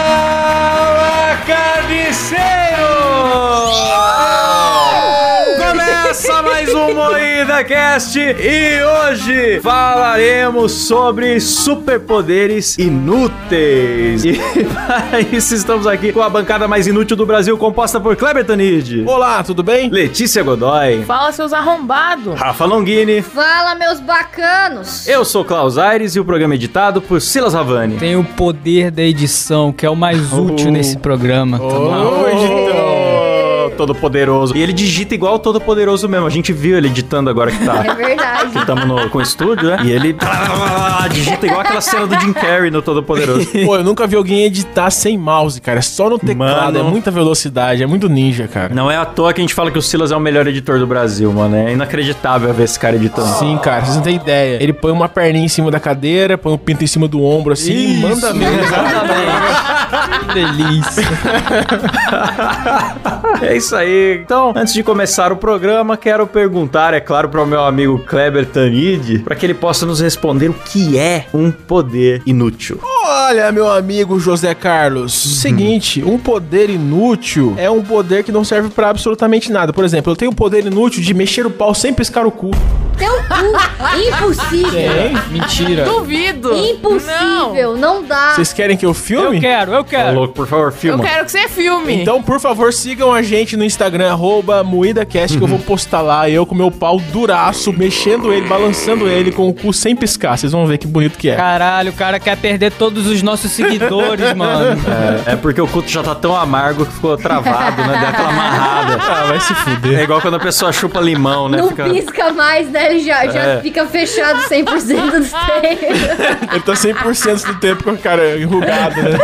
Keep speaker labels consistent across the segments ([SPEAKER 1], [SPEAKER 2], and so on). [SPEAKER 1] Fala, carniceiro! Começa mais um Moída Cast e hoje falaremos sobre superpoderes inúteis. E para isso estamos aqui com a bancada mais inútil do Brasil, composta por Kleber Tanid,
[SPEAKER 2] Olá, tudo bem?
[SPEAKER 1] Letícia Godoy,
[SPEAKER 3] Fala, seus arrombados.
[SPEAKER 1] Rafa Longini.
[SPEAKER 4] Fala, meus bacanos!
[SPEAKER 1] Eu sou Klaus Aires e o programa é editado por Silas Havani.
[SPEAKER 5] Tem o poder da edição, que é o mais útil nesse programa. tá
[SPEAKER 2] Oh.
[SPEAKER 5] bom?
[SPEAKER 1] Hoje, então, todo poderoso. E ele digita igual o todo poderoso mesmo. A gente viu ele digitando agora que
[SPEAKER 4] É
[SPEAKER 1] tá.
[SPEAKER 4] verdade.
[SPEAKER 1] que tamo no, com o estúdio, né? E ele digita igual aquela cena do Jim Carrey no Todo Poderoso.
[SPEAKER 2] Pô, eu nunca vi alguém editar sem mouse, cara. É só no teclado,
[SPEAKER 1] Mano.
[SPEAKER 2] é muita velocidade, é muito ninja, cara.
[SPEAKER 1] Não é à toa que a gente fala que o Silas é o melhor editor do Brasil, mano. É inacreditável ver esse cara editando.
[SPEAKER 2] Sim, cara, vocês não têm ideia. Ele põe uma perninha em cima da cadeira, põe o pinto em cima do ombro assim, e
[SPEAKER 5] Isso,
[SPEAKER 2] manda mesmo.
[SPEAKER 5] exatamente. que delícia.
[SPEAKER 1] É isso aí. Então, antes de começar o programa, quero perguntar, é claro, para o meu amigo Kleber Tanid, para que ele possa nos responder o que é um poder inútil.
[SPEAKER 2] Olha, meu amigo José Carlos, seguinte, um poder inútil é um poder que não serve pra absolutamente nada. Por exemplo, eu tenho um poder inútil de mexer o pau sem piscar o cu.
[SPEAKER 4] Teu cu! Impossível!
[SPEAKER 5] Mentira.
[SPEAKER 3] Duvido.
[SPEAKER 4] Impossível! Não, dá!
[SPEAKER 2] Vocês querem que eu
[SPEAKER 5] Eu
[SPEAKER 2] filme?
[SPEAKER 5] quero, É. eu
[SPEAKER 1] Ô,
[SPEAKER 5] quero.
[SPEAKER 1] louco, por favor,
[SPEAKER 3] Eu
[SPEAKER 1] filma.
[SPEAKER 3] quero que você filme.
[SPEAKER 2] Então, por favor, sigam a gente no Instagram, arroba MoídaCast, que eu vou postar lá, eu com meu pau duraço, mexendo ele, balançando ele com o cu sem piscar. Vocês vão ver que bonito que é.
[SPEAKER 5] Caralho, o cara quer perder todos os nossos seguidores, mano.
[SPEAKER 1] É, é porque o culto já tá tão amargo que ficou travado, né? Deu aquela amarrada.
[SPEAKER 2] Ah, vai se fuder.
[SPEAKER 1] É igual quando a pessoa chupa limão, né?
[SPEAKER 4] não pisca mais, né? Ele já, já
[SPEAKER 1] É.
[SPEAKER 4] fica fechado 100% do tempo.
[SPEAKER 2] Ele tá 100% do tempo com a cara enrugada. Né?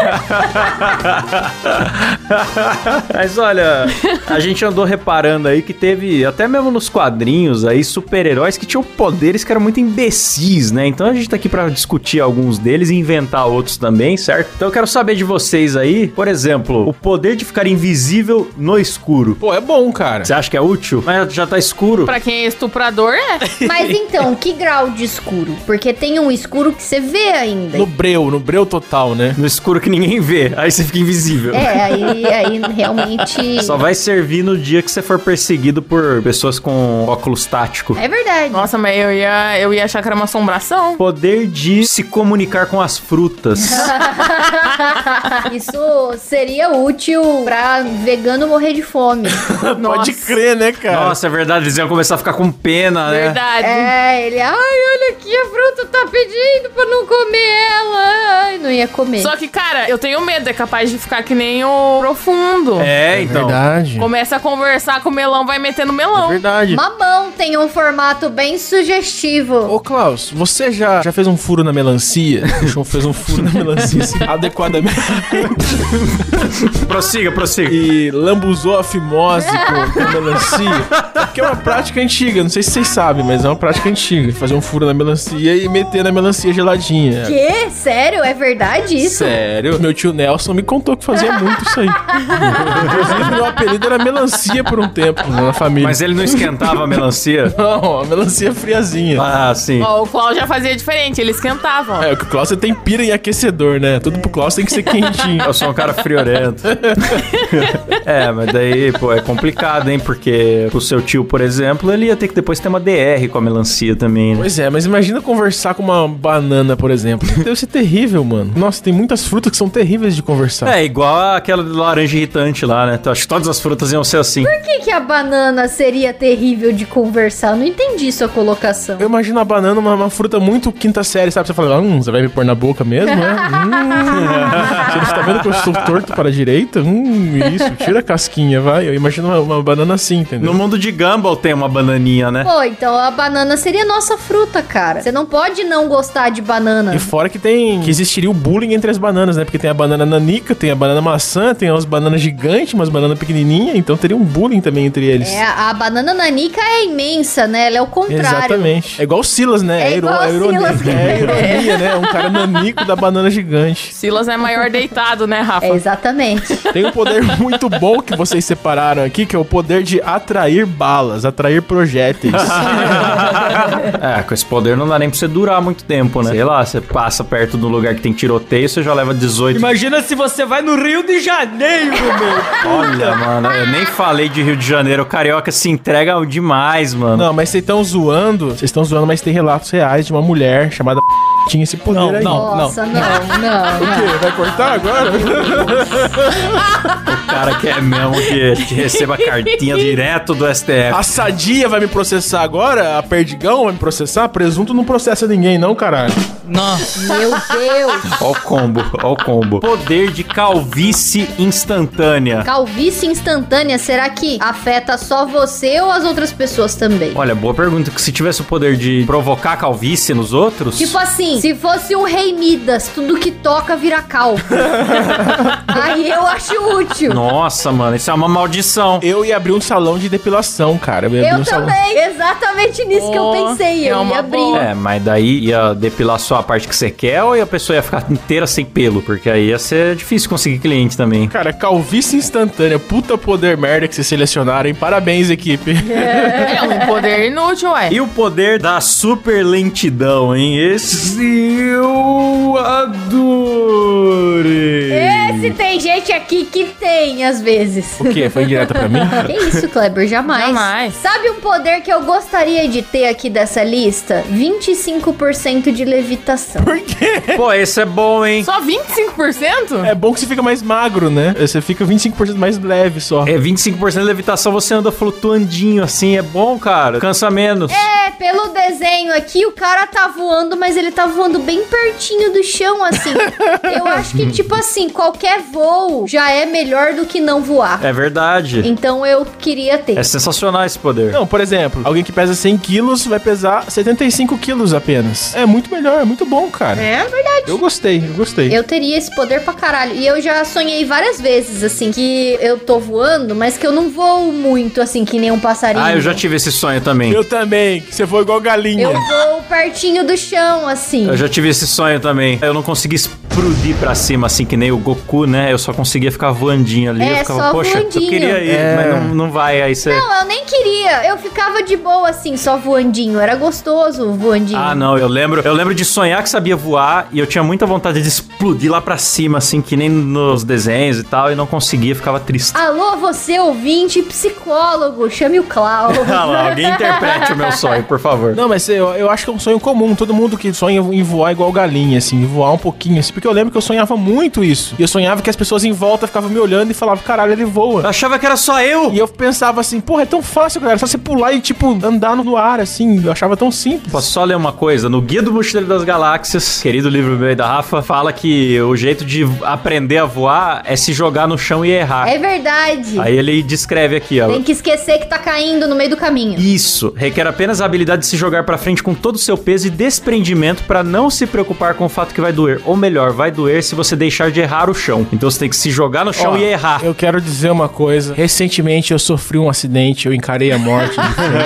[SPEAKER 1] Mas olha, a gente andou reparando aí que teve, até mesmo nos quadrinhos aí, super-heróis que tinham poderes que eram muito imbecis, né? Então a gente tá aqui pra discutir alguns deles e inventar outros também, certo? Então eu quero saber de vocês aí, por exemplo, o poder de ficar invisível no escuro.
[SPEAKER 2] Pô, é bom, cara.
[SPEAKER 1] Você acha que é útil? Mas já tá escuro.
[SPEAKER 3] Pra quem é estuprador, é.
[SPEAKER 4] Mas então, que grau de escuro? Porque tem um escuro que você vê ainda.
[SPEAKER 2] No breu, no breu total, né?
[SPEAKER 1] No escuro que ninguém vê, aí você fica invisível.
[SPEAKER 4] É, aí, aí realmente.
[SPEAKER 1] Só vai servir no dia que você for perseguido por pessoas com óculos tático.
[SPEAKER 4] É verdade.
[SPEAKER 3] Nossa, mas eu ia, eu ia achar que era uma assombração.
[SPEAKER 1] Poder de se comunicar com as frutas.
[SPEAKER 4] Isso seria útil pra vegano morrer de fome.
[SPEAKER 2] Pode crer, né, cara?
[SPEAKER 1] Nossa, é verdade, eles iam começar a ficar com pena, né?
[SPEAKER 3] Verdade.
[SPEAKER 4] É, ele, ai, olha aqui, a fruta tá pedindo pra não comer ela. Ai, não ia comer.
[SPEAKER 3] Só que, cara, eu tenho medo. É capaz de ficar que nem o profundo.
[SPEAKER 1] É, então. é um
[SPEAKER 2] Verdade.
[SPEAKER 3] Começa a conversar com o melão, vai metendo melão.
[SPEAKER 2] É Verdade.
[SPEAKER 4] Mamão tem um formato bem sugestivo.
[SPEAKER 2] Ô, Klaus, você já, já fez um furo na melancia? O João fez um furo na melancia assim, adequadamente
[SPEAKER 1] prossiga, prossiga.
[SPEAKER 2] e lambuzou a fimose com, com a melancia. que é uma prática antiga, não sei se vocês sabem, mas é uma prática antiga. Fazer um furo na melancia e meter na melancia geladinha.
[SPEAKER 4] Quê? Sério? É verdade isso?
[SPEAKER 2] Sério? Meu tio Nelson me contou que fazia muito isso aí. Inclusive, meu apelido era melancia por um tempo na família.
[SPEAKER 1] Mas ele não esquentava a melancia?
[SPEAKER 2] Não, a melancia friazinha.
[SPEAKER 1] Ah, sim.
[SPEAKER 3] Ó, o Cláudio já fazia diferente, ele esquentava. ó.
[SPEAKER 2] É, o Klaus tem pira em aquecedor, né? Tudo pro Klaus tem que ser quentinho.
[SPEAKER 1] Eu sou um cara friorento. é, mas daí, pô, é complicado, hein? Porque o seu tio, por exemplo, ele ia ter que depois ter uma DR com a melancia também, né?
[SPEAKER 2] Pois é, mas imagina conversar com uma banana, por exemplo. Deve ser terrível, mano. Nossa, tem muitas frutas que são terríveis de conversar.
[SPEAKER 1] É, igual aquela laranja irritante lá, né? Eu acho que todas as frutas iam ser assim.
[SPEAKER 4] Por que, que a banana seria terrível de conversar? Eu não entendi sua colocação.
[SPEAKER 2] Eu imagino a banana uma, uma fruta muito quinta série, sabe? Você fala, hum, você vai me pôr na boca mesmo, né? Hum, você não tá vendo que eu estou torto para a direita? Hum, isso, tira a casquinha, vai. Eu imagino uma, uma banana assim, entendeu?
[SPEAKER 1] No mundo de Gumball tem uma bananinha, né?
[SPEAKER 4] Pô, então a banana seria nossa fruta, cara. Você não pode não gostar de banana.
[SPEAKER 2] E fora que tem. que existiria o bullying entre as bananas, né? Porque tem a banana nanica, tem a banana maçã, tem umas bananas gigantes, umas bananas pequenininhas, então teria um bullying também entre eles.
[SPEAKER 4] É, a banana nanica é imensa, né? Ela é o contrário.
[SPEAKER 2] Exatamente. É igual o Silas, né?
[SPEAKER 4] É
[SPEAKER 2] iro-
[SPEAKER 4] igual o
[SPEAKER 2] ironia,
[SPEAKER 4] Silas,
[SPEAKER 2] é
[SPEAKER 4] né?
[SPEAKER 2] ironia, né? Um cara nanico da banana gigante.
[SPEAKER 3] Silas é maior deitado, né, Rafa?
[SPEAKER 4] É, exatamente.
[SPEAKER 2] Tem um poder muito bom que vocês separaram aqui, que é o poder de atrair balas, atrair projéteis.
[SPEAKER 1] É, com esse poder não dá nem pra você durar muito tempo, né? Sei lá, você passa perto de um lugar que tem tiroteio, você já leva 18.
[SPEAKER 5] Imagina se você vai no Rio de Janeiro, meu.
[SPEAKER 1] Olha, mano, eu nem falei de Rio de Janeiro. O carioca se entrega demais, mano.
[SPEAKER 2] Não, mas vocês estão zoando, vocês estão zoando, mas tem relatos reais de uma mulher chamada tinha esse poder
[SPEAKER 5] Não,
[SPEAKER 2] aí.
[SPEAKER 5] não.
[SPEAKER 4] Nossa, não, não, não.
[SPEAKER 2] Vai cortar agora?
[SPEAKER 1] O cara quer mesmo que te receba cartinha direto do STF.
[SPEAKER 2] A Sadia vai me processar agora? A Perdigão vai me processar? Presunto não processa ninguém, não, caralho.
[SPEAKER 5] Nossa.
[SPEAKER 4] Meu Deus.
[SPEAKER 1] Ó o combo, ó o combo. Poder de calvície instantânea.
[SPEAKER 4] Calvície instantânea, será que afeta só você ou as outras pessoas também?
[SPEAKER 1] Olha, boa pergunta. Que se tivesse o poder de provocar calvície nos outros.
[SPEAKER 4] Tipo assim, se fosse um rei Midas, tudo que toca vira calvo. Aí eu acho útil.
[SPEAKER 1] Nossa, mano, isso é uma maldição.
[SPEAKER 2] Eu ia abrir um salão de depilação, cara. ia abrir
[SPEAKER 4] Eu
[SPEAKER 2] um salão.
[SPEAKER 4] também, exatamente nisso que eu
[SPEAKER 3] Oh,
[SPEAKER 4] pensei.
[SPEAKER 3] é
[SPEAKER 4] Eu ia
[SPEAKER 3] uma
[SPEAKER 4] abrir.
[SPEAKER 3] boa.
[SPEAKER 1] É, mas daí ia depilar só a parte que você quer ou a pessoa ia ficar inteira sem pelo? Porque aí ia ser difícil conseguir cliente também.
[SPEAKER 2] Cara, calvície instantânea, puta poder merda que vocês selecionaram, hein? Parabéns, equipe.
[SPEAKER 3] É um poder inútil, ué.
[SPEAKER 1] E o poder da super lentidão, hein? Esse eu adorei.
[SPEAKER 4] Esse tem gente aqui que tem, às vezes.
[SPEAKER 2] O quê? Foi indireta pra mim?
[SPEAKER 4] Que isso, Kleber? Jamais.
[SPEAKER 3] Jamais.
[SPEAKER 4] Sabe um poder que eu gostaria de ter aqui dessa lista? 25% de levitação.
[SPEAKER 2] Por quê?
[SPEAKER 1] Pô, esse é bom, hein?
[SPEAKER 3] Só 25%?
[SPEAKER 2] É bom que você fica mais magro, né? Você fica 25% mais leve só.
[SPEAKER 1] É 25% de levitação, você anda flutuandinho assim, é bom, cara. Cansa menos.
[SPEAKER 4] É, pelo desenho aqui, o cara tá voando, mas ele tá voando bem pertinho do chão, assim. Eu acho que, tipo assim, qualquer voo já é melhor do que não voar.
[SPEAKER 1] É, verdade.
[SPEAKER 4] Então eu queria ter.
[SPEAKER 1] É sensacional esse poder.
[SPEAKER 2] Não, por exemplo, alguém que pesa 100 quilos vai pesar 75 quilos apenas. É muito melhor, é muito bom, cara.
[SPEAKER 3] É?
[SPEAKER 2] Eu gostei, eu gostei.
[SPEAKER 4] Eu teria esse poder pra caralho. E eu já sonhei várias vezes, assim, que eu tô voando, mas que eu não voo muito, assim, que nem um passarinho.
[SPEAKER 1] Ah, eu já tive esse sonho também.
[SPEAKER 2] Eu também, que você foi igual galinha.
[SPEAKER 4] Eu vou pertinho do chão, assim.
[SPEAKER 1] Eu já tive esse sonho também. Eu não consegui explodir pra cima, assim, que nem o Goku, né? Eu só conseguia ficar voandinho ali.
[SPEAKER 4] É,
[SPEAKER 1] eu ficava,
[SPEAKER 4] só
[SPEAKER 1] poxa, eu
[SPEAKER 4] voandinho."
[SPEAKER 1] queria ir,
[SPEAKER 2] É.
[SPEAKER 1] mas não, não vai. Aí você.
[SPEAKER 4] Não, eu nem queria. Eu ficava de boa, assim, só voandinho. Era gostoso o voandinho.
[SPEAKER 1] Ah, não, eu lembro. Eu lembro de sonhar que sabia voar e eu tinha muita vontade de explodir lá pra cima, assim, que nem nos desenhos e tal, e não conseguia, ficava triste.
[SPEAKER 4] Alô, você ouvinte, psicólogo, chame o Cláudio.
[SPEAKER 1] Ah lá, alguém interprete o meu sonho, por favor.
[SPEAKER 2] Não, mas eu, eu acho que é um sonho comum. Todo mundo que sonha em voar igual galinha, assim, em voar um pouquinho, assim. Porque eu lembro que eu sonhava muito isso. E eu sonhava que as pessoas em volta ficavam me olhando e falavam, caralho, ele
[SPEAKER 1] Eu
[SPEAKER 2] voa.
[SPEAKER 1] achava que era só eu.
[SPEAKER 2] E eu pensava assim, porra, é tão fácil, cara. É só você pular e, tipo, andar no ar, assim. Eu achava tão simples.
[SPEAKER 1] Posso só ler uma coisa? No Guia do Mochileiro das Galáxias, querido livro meu e da Rafa, fala que o jeito de aprender a voar é se jogar no chão e errar.
[SPEAKER 4] É verdade.
[SPEAKER 1] Aí ele descreve aqui, ó.
[SPEAKER 4] Tem que esquecer que tá caindo no meio do caminho.
[SPEAKER 1] Isso, requer apenas a habilidade de se jogar pra frente com todo o seu peso e desprendimento pra não se preocupar com o fato que vai doer, ou melhor, vai doer se você deixar de errar o chão. Então você tem que se jogar no chão
[SPEAKER 2] Ó,
[SPEAKER 1] e errar.
[SPEAKER 2] Eu quero dizer uma coisa. Recentemente eu sofri um acidente, eu encarei a morte.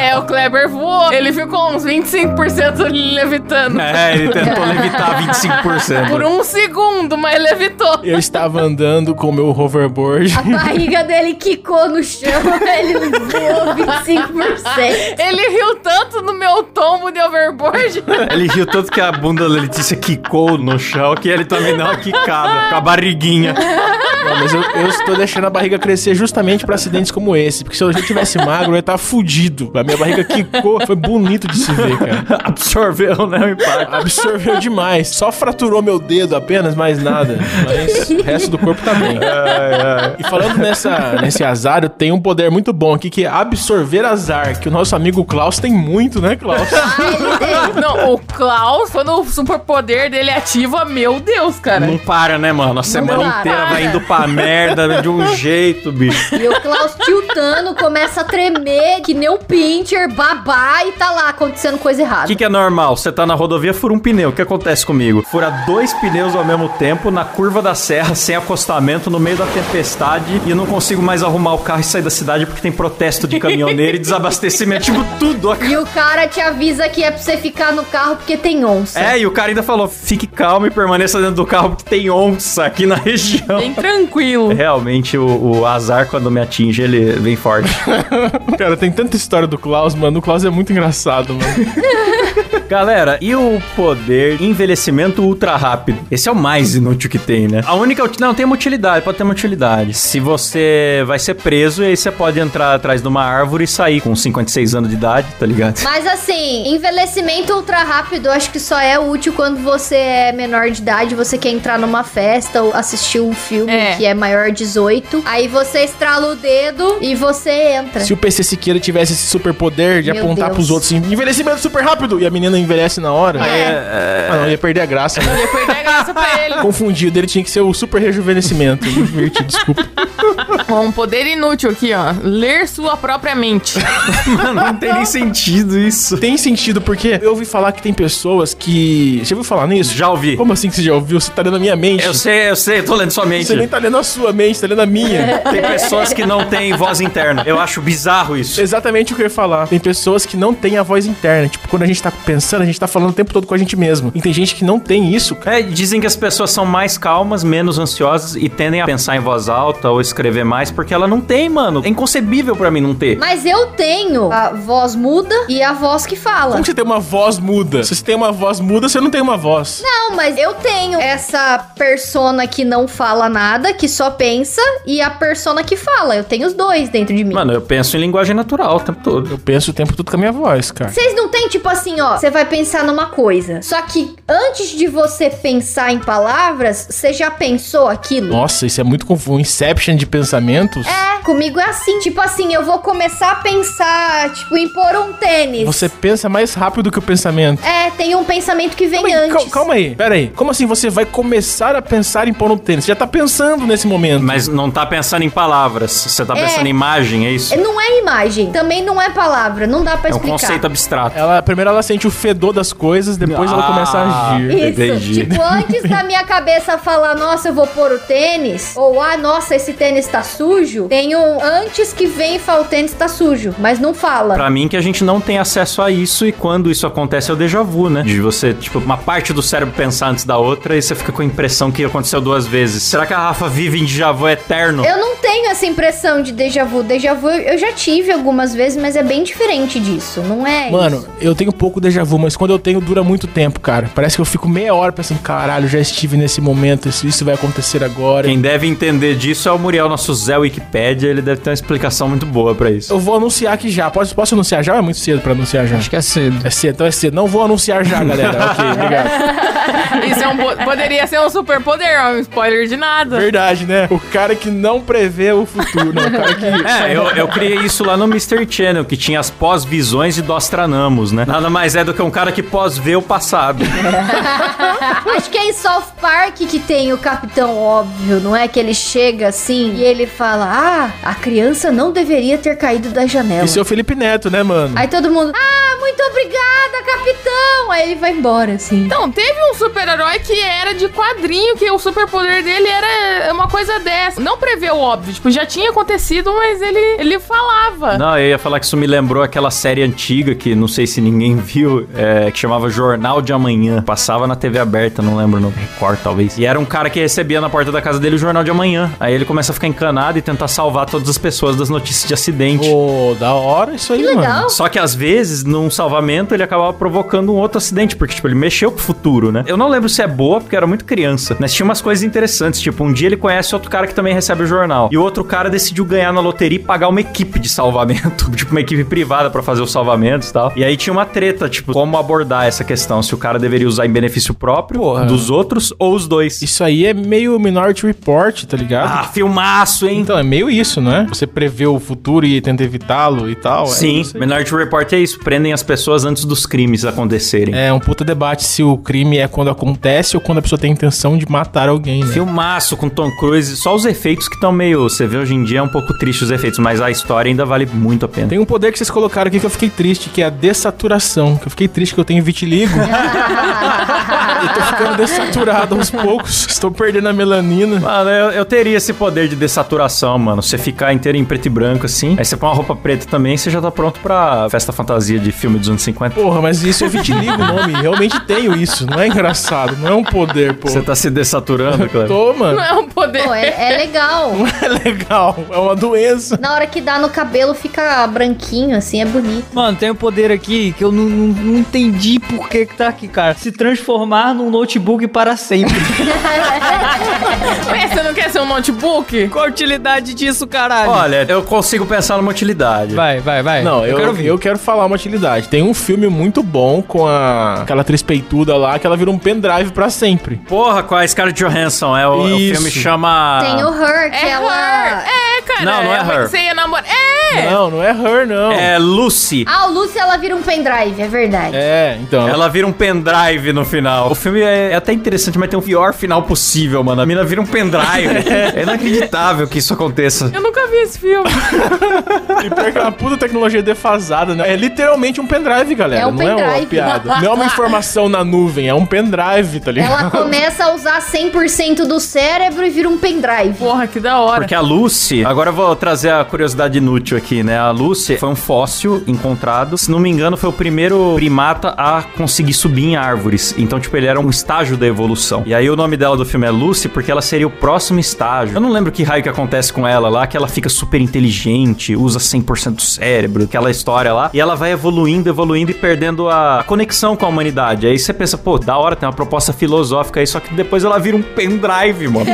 [SPEAKER 3] É, o Kleber voou. Ele ficou uns 25% levitando.
[SPEAKER 1] É, ele tentou levitar 25%.
[SPEAKER 3] Por um segundo, mas levitou.
[SPEAKER 2] eu estava andando com o meu hoverboard.
[SPEAKER 4] A barriga dele quicou no chão, ele voou 25%.
[SPEAKER 3] Ele riu tanto no meu tombo de overboard.
[SPEAKER 1] Ele riu tanto que a bunda da Letícia quicou no chão que ele também deu uma quicada com a barriguinha.
[SPEAKER 2] Não, mas eu, eu estou deixando a barriga crescer justamente para acidentes como esse. Porque se eu já tivesse magro, eu ia estar fudido. A minha barriga quicou. Foi bonito de se ver, cara.
[SPEAKER 1] Absorveu, né, o impacto.
[SPEAKER 2] Absorveu demais. Só fraturou meu dedo apenas, mais nada. Mas o resto do corpo tá bem. E falando nessa, nesse azar, eu tenho um poder muito bom aqui que é absorver azar. Que o nosso amigo Klaus tem muito, né, Klaus?
[SPEAKER 3] Não, o Klaus, quando o superpoder dele ativa, meu Deus, cara.
[SPEAKER 1] Não para, né, mano? A semana
[SPEAKER 4] para.
[SPEAKER 1] inteira vai indo pra merda de um jeito, bicho.
[SPEAKER 4] E o Klaus tiltando começa a tremer, que nem um pincher, babá, e tá lá acontecendo coisa
[SPEAKER 1] O
[SPEAKER 4] errada.
[SPEAKER 1] que, que é normal? Você tá na rodovia, fura um pneu. O que acontece comigo? Fura dois pneus ao mesmo tempo, na curva da serra, sem acostamento, no meio da tempestade, e eu não consigo mais arrumar o carro e sair da cidade porque tem protesto de caminhoneiro e desabastecimento. Tipo, tudo. ac-
[SPEAKER 4] E o cara te avisa que é pra você ficar no carro porque tem onça.
[SPEAKER 1] É, e o cara ainda falou: fique calmo e permaneça dentro do carro porque tem onça aqui na região.
[SPEAKER 3] Bem tranquilo.
[SPEAKER 1] Realmente, o, o azar, quando me atinge, ele vem forte.
[SPEAKER 2] Cara, tem tanta história do Klaus, mano. O Klaus é muito engraçado, mano.
[SPEAKER 1] Galera, e o poder envelhecimento ultra rápido? Esse é o mais inútil que tem, né? A única. uti- Não, tem uma utilidade, pode ter uma utilidade. Se você vai ser preso, e aí você pode entrar atrás de uma árvore e sair com 56 anos de idade, tá ligado?
[SPEAKER 4] Mas assim, envelhecimento ultra rápido, eu acho que só é útil quando você é menor de idade, você quer entrar numa festa ou assistir um filme
[SPEAKER 3] É.
[SPEAKER 4] que é maior 18. Aí você estrala o dedo e você entra.
[SPEAKER 2] Se o PC Siqueira tivesse esse superpoder de
[SPEAKER 4] Meu
[SPEAKER 2] apontar
[SPEAKER 4] Deus.
[SPEAKER 2] pros outros assim, envelhecimento super rápido! E a menina envelhece na hora.
[SPEAKER 1] É,
[SPEAKER 2] Ah, não, ia perder a graça, né?
[SPEAKER 3] Ia perder a graça pra ele.
[SPEAKER 2] Confundido, ele tinha que ser o super rejuvenescimento. Me inverti, desculpa.
[SPEAKER 3] Ó, Um poder inútil aqui, ó. Ler sua própria mente.
[SPEAKER 1] mano, não tem nem sentido isso.
[SPEAKER 2] Tem sentido, porque eu ouvi falar que tem pessoas que. Você ouviu falar nisso?
[SPEAKER 1] Já ouvi.
[SPEAKER 2] Como assim que você já ouviu? Você tá lendo a minha mente.
[SPEAKER 1] Eu sei, eu sei, tô lendo sua mente.
[SPEAKER 2] Você nem tá lendo a sua mente, tá lendo a minha.
[SPEAKER 1] Tem pessoas que não têm voz interna. Eu acho bizarro isso.
[SPEAKER 2] Exatamente o que eu ia falar. Tem pessoas que não têm a voz interna. Tipo, quando a gente tá pensando, a gente tá falando o tempo todo com a gente mesmo. E tem gente que não tem isso, cara.
[SPEAKER 1] É, dizem que as pessoas são mais calmas, menos ansiosas e tendem a pensar em voz alta ou escrever mais porque ela não tem, mano. É inconcebível pra mim não ter.
[SPEAKER 4] Mas eu tenho a voz muda e a voz que fala.
[SPEAKER 2] Como que você tem uma voz muda? Se você tem uma voz muda, você não tem uma voz.
[SPEAKER 4] Não, mas eu tenho essa persona que não fala nada, que só pensa, e a persona que fala. Eu tenho os dois dentro de mim.
[SPEAKER 1] Mano, eu penso em linguagem natural o tempo todo.
[SPEAKER 2] Eu penso o tempo todo com a minha voz, cara.
[SPEAKER 4] Vocês não tem tipo assim, ó, você vai pensar numa coisa. Só que antes de você pensar em palavras, você já pensou aquilo?
[SPEAKER 2] Nossa, isso é muito confuso. Inception de pensamentos.
[SPEAKER 4] É, comigo é assim. Tipo assim, eu vou começar a pensar, tipo, em pôr um tênis.
[SPEAKER 2] Você pensa mais rápido que o pensamento.
[SPEAKER 4] É, tem um pensamento que vem
[SPEAKER 2] Calma aí,
[SPEAKER 4] antes.
[SPEAKER 2] cal- calma aí, pera aí. Como assim você vai começar a pensar em pôr no tênis? Você já tá pensando nesse momento.
[SPEAKER 1] Mas não tá pensando em palavras, você tá pensando em imagem, é isso?
[SPEAKER 4] É, Não é imagem, também não é palavra, não dá pra
[SPEAKER 1] É um
[SPEAKER 4] explicar.
[SPEAKER 1] conceito abstrato.
[SPEAKER 2] Ela, primeiro ela sente o fedor das coisas, depois ela
[SPEAKER 1] Ah.
[SPEAKER 2] começa a agir.
[SPEAKER 4] Isso,
[SPEAKER 1] Entendi.
[SPEAKER 4] tipo, antes da minha cabeça falar, nossa, eu vou pôr o tênis, ou ah, nossa, esse tênis tá sujo, tem um antes que vem e fala o tênis tá sujo, mas não fala.
[SPEAKER 1] Pra mim que a gente não tem acesso a isso e quando isso acontece é o déjà vu, né? De você, tipo, uma parte do cérebro pensar antes da outra e você fica com a impressão que aconteceu duas vezes. Será que a Rafa vive em déjà vu eterno?
[SPEAKER 4] Eu não tenho essa impressão de déjà vu. Déjà vu eu já tive algumas vezes, mas é bem diferente disso, não é?
[SPEAKER 2] Mano,
[SPEAKER 4] isso.
[SPEAKER 2] eu tenho um pouco déjà vu, mas quando eu tenho, dura muito tempo, cara. Parece que eu fico meia hora pensando, caralho, já estive nesse momento, isso, isso vai acontecer agora.
[SPEAKER 1] Quem deve entender disso é o Muriel, nosso Zé Wikipédia. Ele deve ter uma explicação muito boa pra isso.
[SPEAKER 2] Eu vou anunciar aqui já. Posso, posso anunciar já? ou É muito cedo pra anunciar já.
[SPEAKER 5] Acho que é cedo.
[SPEAKER 2] É cedo, então é cedo. Não vou anunciar já, galera. ok, obrigado.
[SPEAKER 3] Isso é um po- poderia ser um superpoder, ó, um spoiler de nada.
[SPEAKER 2] Verdade, né? O cara que não prevê o futuro, né? O cara que.
[SPEAKER 1] É, eu, eu criei isso lá no Mr. Channel, que tinha as pós-visões de Dostranamus, né? Nada mais é do que um cara que pós-vê o passado.
[SPEAKER 4] Acho que é em South Park que tem o Capitão Óbvio, não é? Que ele chega assim e ele fala: Ah, a criança não deveria ter caído da janela.
[SPEAKER 2] Isso é o Felipe Neto, né, mano?
[SPEAKER 4] Aí todo mundo, ah, Ah, muito obrigada, capitão! Aí ele vai embora, assim.
[SPEAKER 3] Então, teve um super-herói que era de quadrinho, que o superpoder dele era uma coisa dessa. Não prevê o óbvio, tipo, já tinha acontecido, mas ele, ele falava.
[SPEAKER 1] Não, eu ia falar que isso me lembrou aquela série antiga que não sei se ninguém viu, é, que chamava Jornal de Amanhã. Passava na TV aberta, não lembro, no Record talvez. E era um cara que recebia na porta da casa dele o Jornal de Amanhã. Aí ele começa a ficar encanado e tentar salvar todas as pessoas das notícias de acidente.
[SPEAKER 2] Pô, da hora isso aí,
[SPEAKER 4] Que Tá legal.
[SPEAKER 2] mano.
[SPEAKER 1] Só que às vezes, num salvamento, ele acabava provocando um outro acidente, porque, tipo, ele mexeu com o futuro, né? Eu não lembro se é boa, porque eu era muito criança, mas tinha umas coisas interessantes, tipo, um dia ele conhece outro cara que também recebe o jornal, e o outro cara decidiu ganhar na loteria e pagar uma equipe de salvamento, tipo, uma equipe privada pra fazer os salvamentos e tal. E aí tinha uma treta, tipo, como abordar essa questão, se o cara deveria usar em benefício próprio, dos outros, ou os dois.
[SPEAKER 2] Isso aí é meio Minority Report, tá ligado?
[SPEAKER 1] Ah, filmaço, hein?
[SPEAKER 2] Então, é meio isso, né? Você prevê o futuro e tenta evitá-lo e tal. é
[SPEAKER 1] Sim,
[SPEAKER 2] isso aí.
[SPEAKER 1] Minority Report é isso, prendem as pessoas antes dos crimes acontecerem.
[SPEAKER 2] É um puta debate se o crime é quando acontece ou quando a pessoa tem intenção de matar alguém, né?
[SPEAKER 1] Filmaço com Tom Cruise, só os efeitos que estão meio. Você vê hoje em dia é um pouco triste os efeitos, mas a história ainda vale muito a pena.
[SPEAKER 2] Tem um poder que vocês colocaram aqui que eu fiquei triste, que é a dessaturação. Que eu fiquei triste que eu tenho vitiligo. eu tô ficando dessaturado aos poucos. Estou perdendo a melanina.
[SPEAKER 1] um- Mano, eu, eu teria esse poder de dessaturação, mano. Você ficar inteiro em preto e branco assim, aí você põe uma roupa preta também, você já tá pronto pra festa fantasia de filme dos anos 50.
[SPEAKER 2] Porra, mas isso é vitiligo o nome. Realmente tenho isso. Não é engraçado. Não é um poder, pô.
[SPEAKER 1] Você tá se dessaturando, Cleber?
[SPEAKER 2] Tô, mano.
[SPEAKER 3] Não é um poder.
[SPEAKER 4] Pô, é, é legal.
[SPEAKER 2] Não é legal. É uma doença.
[SPEAKER 4] Na hora que dá no cabelo, fica branquinho, assim, é bonito.
[SPEAKER 5] Mano, tem um poder aqui que eu não, não- não entendi por que que tá aqui, cara. Se transformar num notebook para sempre.
[SPEAKER 3] Ué, Você não quer ser um notebook?
[SPEAKER 5] Qual a utilidade disso, caralho?
[SPEAKER 1] Olha, eu consigo pensar numa utilidade.
[SPEAKER 5] Vai, vai, vai.
[SPEAKER 2] Não, eu, é eu,
[SPEAKER 5] É, quero
[SPEAKER 2] quero
[SPEAKER 5] ouvir.
[SPEAKER 2] falar uma utilidade. Tem um filme muito bom com a, aquela atriz peituda lá que ela vira um pendrive pra sempre.
[SPEAKER 1] Porra, com a Scarlett Johansson, é o, é o
[SPEAKER 2] Isso.
[SPEAKER 1] filme chama.
[SPEAKER 4] Tem o Her, que
[SPEAKER 3] É
[SPEAKER 4] ela...
[SPEAKER 3] her. É, cara.
[SPEAKER 1] Não, não é
[SPEAKER 3] uma-
[SPEAKER 1] her.
[SPEAKER 3] Você ia namorar. É!
[SPEAKER 2] Não, não é her, não.
[SPEAKER 1] É Lucy.
[SPEAKER 4] Ah, o Lúcio, ela vira um pendrive, é verdade.
[SPEAKER 2] É, então.
[SPEAKER 1] Ela vira um pendrive no final. O filme é é até interessante, mas tem o pior final possível, mano. A mina vira um pendrive. é inacreditável que isso aconteça.
[SPEAKER 3] Eu nunca vi esse filme.
[SPEAKER 2] E pior que é uma puta tecnologia defasada, né? É literalmente um pendrive, galera.
[SPEAKER 4] É um
[SPEAKER 2] não é uma
[SPEAKER 4] pendrive.
[SPEAKER 2] piada. Não é uma informação na nuvem, é um pendrive, tá ligado?
[SPEAKER 4] Ela começa a usar 100% do cérebro e vira um pendrive.
[SPEAKER 3] Porra, que da hora.
[SPEAKER 1] Porque a Lucy, agora eu vou trazer a curiosidade inútil aqui, né? A Lucy foi um fóssil encontrado. Se não me engano, foi o primeiro primata a conseguir subir em árvores. Então, tipo, ele era um estágio da evolução. E aí o nome dela do filme é Lucy porque ela seria o próximo estágio. Eu não lembro que raio que acontece com ela lá, que ela fica super inteligente, usa 100% do cérebro, aquela história lá. E ela vai evoluindo, evoluindo e perdendo a a conexão com a humanidade. Aí você pensa, pô, da hora, tem uma proposta filosófica aí, só que depois ela vira um pendrive, mano.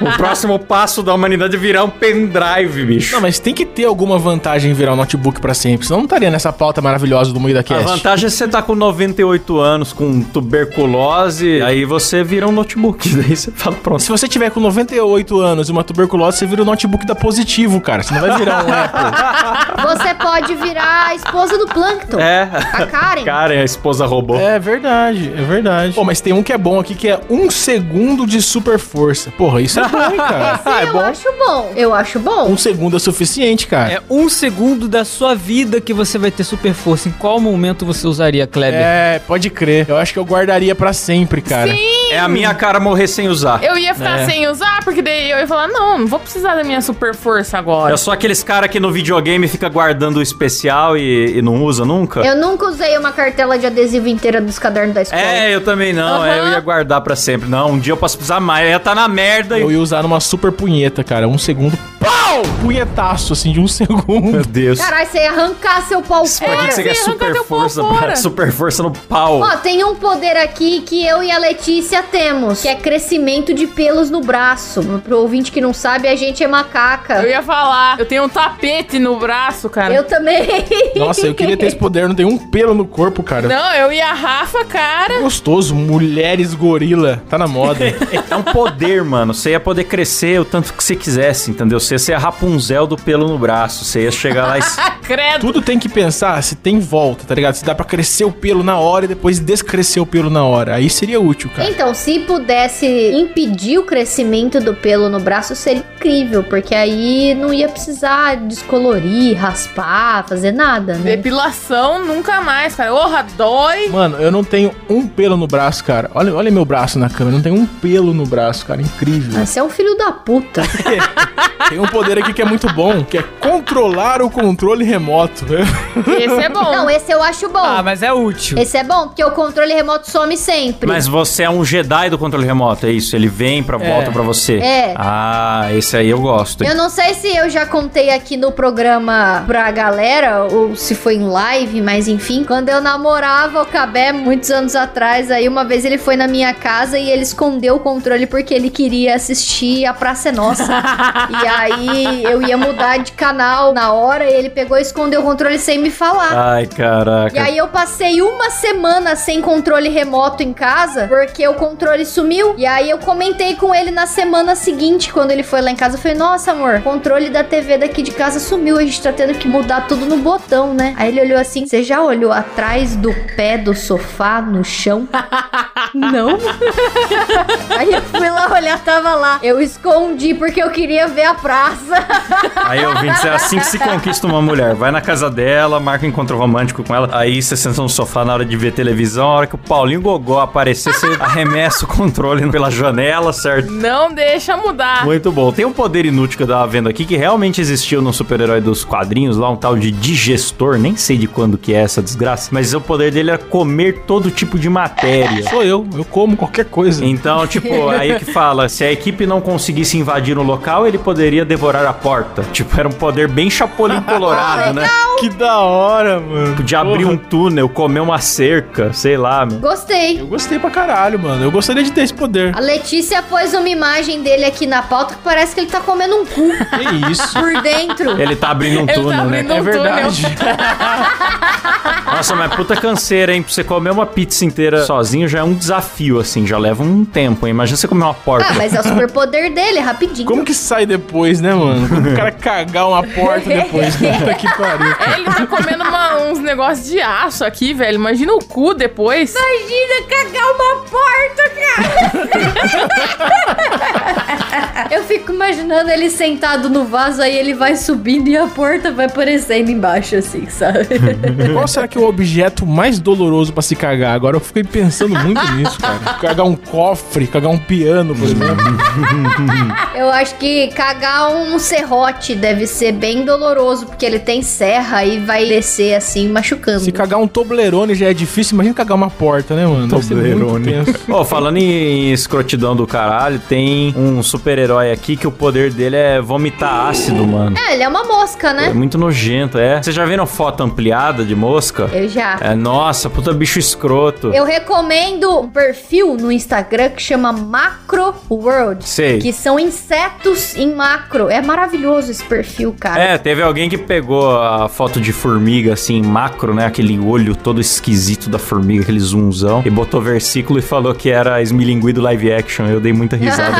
[SPEAKER 1] O próximo passo da humanidade é virar um pendrive, bicho.
[SPEAKER 2] Não, mas tem que ter alguma vantagem em virar um notebook pra sempre, senão não estaria nessa pauta maravilhosa do Moída
[SPEAKER 1] a
[SPEAKER 2] Cast.
[SPEAKER 1] vantagem é você tá com 98 anos, com tuberculose, aí você vira um notebook. Daí você fala, pronto.
[SPEAKER 2] Se você tiver com 98 anos e uma tuberculose, você vira o notebook da Positivo, cara. Você não vai virar um Apple.
[SPEAKER 4] Você pode virar a esposa do Plankton.
[SPEAKER 1] É.
[SPEAKER 4] A Karen.
[SPEAKER 1] Karen, a esposa roubou.
[SPEAKER 2] É verdade, é verdade. Pô, mas tem um que é bom aqui, que é um segundo de super força. Porra, isso é bom, hein, cara.
[SPEAKER 4] Sim, eu acho bom. Eu acho bom.
[SPEAKER 2] Um segundo é suficiente, cara.
[SPEAKER 5] É um segundo da sua vida que você vai ter super força. Em qual momento você usaria, Kleber?
[SPEAKER 2] É, pode crer. Eu acho que eu guardaria pra sempre, cara.
[SPEAKER 3] Sim!
[SPEAKER 1] É a minha cara morrer sem usar. Eu...
[SPEAKER 3] Eu ia ficar sem usar, porque daí eu ia falar, não, não vou precisar da minha super força agora.
[SPEAKER 1] sou aqueles cara que no videogame fica guardando o especial e, e não usa nunca.
[SPEAKER 4] Eu nunca usei uma cartela de adesivo inteira dos cadernos da escola.
[SPEAKER 1] É, eu também não. é, eu
[SPEAKER 3] Aham.
[SPEAKER 1] ia guardar pra sempre. Não, um dia eu posso precisar mais. Eu ia tá na merda.
[SPEAKER 2] Eu
[SPEAKER 1] E...
[SPEAKER 2] ia usar numa super punheta, cara. Um segundo. Pau! Punhetaço, assim, de um segundo.
[SPEAKER 1] Meu Deus.
[SPEAKER 4] Caralho, você ia arrancar seu pau
[SPEAKER 1] Pra que,
[SPEAKER 4] fora.
[SPEAKER 1] que você quer
[SPEAKER 3] você arranca
[SPEAKER 1] super
[SPEAKER 3] teu pau
[SPEAKER 1] força?
[SPEAKER 3] fora.
[SPEAKER 1] pra- Super força no pau.
[SPEAKER 4] Ó, tem um poder aqui que eu e a Letícia temos, que é crescimento de pelos no braço. Pro ouvinte que não sabe, a gente é macaca.
[SPEAKER 3] Eu ia falar, eu tenho um tapete no braço, cara.
[SPEAKER 4] Eu também.
[SPEAKER 2] Nossa, eu queria ter esse poder. Não tem um pelo no corpo, cara.
[SPEAKER 3] Não, eu ia Rafa, cara.
[SPEAKER 2] Gostoso. Mulheres gorila. Tá na moda.
[SPEAKER 1] É um poder, mano. Você ia poder crescer o tanto que você quisesse, entendeu? Você ia ser a Rapunzel do pelo no braço. Você ia chegar lá e.
[SPEAKER 3] Credo.
[SPEAKER 2] Tudo tem que pensar se tem volta, tá ligado? Se dá pra crescer o pelo na hora e depois descrescer o pelo na hora. Aí seria útil, cara.
[SPEAKER 4] Então, se pudesse impedir o crescimento do pelo no braço, seria incrível, porque aí não ia precisar descolorir, raspar, fazer nada, né?
[SPEAKER 3] Depilação nunca mais, cara. Orra, dói.
[SPEAKER 2] Mano, eu não tenho um pelo no braço, cara. Olha, olha meu braço na câmera. eu Não tenho um pelo no braço, cara. Incrível.
[SPEAKER 4] Mas você é um filho da puta.
[SPEAKER 2] Tem um poder aqui que é muito bom, que é controlar o controle remoto.
[SPEAKER 3] Esse é bom.
[SPEAKER 4] não, esse eu acho bom.
[SPEAKER 5] Ah, mas é útil.
[SPEAKER 4] Esse é bom, porque o controle remoto some sempre.
[SPEAKER 1] Mas você é um Jedi do controle remoto, é isso? Ele vem pra volta pra você.
[SPEAKER 4] É.
[SPEAKER 1] Ah, esse aí eu gosto.
[SPEAKER 4] Eu não sei se eu já contei aqui no programa pra galera, ou se foi em live, mas enfim. Quando eu namorava o Cabé, muitos anos atrás, aí uma vez ele foi na minha casa e ele escondeu o controle porque ele queria assistir A Praça é Nossa. e aí eu ia mudar de canal na hora e ele pegou e escondeu o controle sem me falar.
[SPEAKER 1] Ai, caraca.
[SPEAKER 4] E aí eu passei uma semana sem controle remoto em casa, porque o controle sumiu. E aí eu comentei com ele na semana seguinte, quando ele foi lá em casa, eu falei, nossa, amor, o controle da TV daqui de casa sumiu, a gente tá tendo que mudar tudo no botão, né? Aí ele olhou assim, você já olhou atrás do pé do sofá, no chão? Não. aí eu fui lá olhar, tava lá. Eu escondi porque eu queria ver a praça.
[SPEAKER 1] Aí, ouvintes, é assim que se conquista uma mulher. Vai na casa dela, marca um encontro romântico com ela. Aí você senta no sofá na hora de ver televisão. A hora que o Paulinho Gogó aparecer, você arremessa o controle pela janela, certo?
[SPEAKER 3] Não deixa mudar.
[SPEAKER 1] Muito bom. Tem um poder inútil que eu tava vendo aqui que realmente existiu no super-herói dos quadrinhos, lá um tal de digestor, nem sei de quando que é essa desgraça, mas o poder dele era comer todo tipo de matéria.
[SPEAKER 2] Sou eu, eu como qualquer coisa.
[SPEAKER 1] Então, tipo, aí que fala, se a equipe não conseguisse invadir o local, ele poderia devorar a porta. Tipo, era um poder bem chapolim colorado, né?
[SPEAKER 2] Que da hora, mano.
[SPEAKER 1] Podia abrir
[SPEAKER 2] Porra.
[SPEAKER 1] um túnel, comer uma cerca, sei lá, meu.
[SPEAKER 4] Gostei.
[SPEAKER 2] Eu gostei pra caralho, mano. Eu gostaria de ter esse poder.
[SPEAKER 4] A Letícia pôs uma imagem dele aqui na pauta que parece que ele tá comendo um cu
[SPEAKER 2] Que isso.
[SPEAKER 4] por dentro.
[SPEAKER 1] Ele tá abrindo um
[SPEAKER 3] tá
[SPEAKER 1] túnel,
[SPEAKER 3] abrindo
[SPEAKER 1] né?
[SPEAKER 3] um
[SPEAKER 1] é verdade.
[SPEAKER 3] túnel.
[SPEAKER 1] Nossa, mas puta canseira, hein? Pra você comer uma pizza inteira sozinho já é um desafio, assim. Já leva um tempo, hein? Imagina você comer uma porta.
[SPEAKER 4] Ah, mas é o superpoder dele, é rapidinho.
[SPEAKER 2] Como que sai depois, né, mano? Como o cara cagar uma porta depois. né? Puta que pariu.
[SPEAKER 3] É, ele tá comendo uma- uns negócios de aço aqui, velho. Imagina o cu depois.
[SPEAKER 4] Imagina cagar uma porta, cara! Eu fico imaginando ele sentado no vaso, aí ele vai subindo e a porta vai aparecendo embaixo, assim, sabe?
[SPEAKER 2] Qual será que é o objeto mais doloroso pra se cagar? Agora eu fiquei pensando muito nisso, cara. Cagar um cofre, cagar um piano, por exemplo.
[SPEAKER 4] Eu acho que cagar um serrote deve ser bem doloroso, porque ele tem serra e vai descer, assim, machucando.
[SPEAKER 2] Se cagar um Toblerone já é difícil, imagina cagar uma porta, né, mano? Deve ser muito tenso.
[SPEAKER 1] Ó, falando em escrotidão do caralho, tem um super-herói aqui que o poder dele é vomitar ácido, mano.
[SPEAKER 4] É, ele é uma mosca,
[SPEAKER 1] É
[SPEAKER 4] né?
[SPEAKER 1] muito nojento, é. Vocês já viram foto ampliada de mosca?
[SPEAKER 4] Eu já.
[SPEAKER 1] É, nossa, puta bicho escroto.
[SPEAKER 4] Eu recomendo um perfil no Instagram que chama Macro World.
[SPEAKER 1] Sei.
[SPEAKER 4] Que são insetos em macro. É maravilhoso esse perfil, cara.
[SPEAKER 1] É, teve alguém que pegou a foto de formiga, assim, macro, né? Aquele olho todo esquisito da formiga, aquele zoomzão, e botou versículo e falou que era esmilinguido live action. Eu dei muita risada.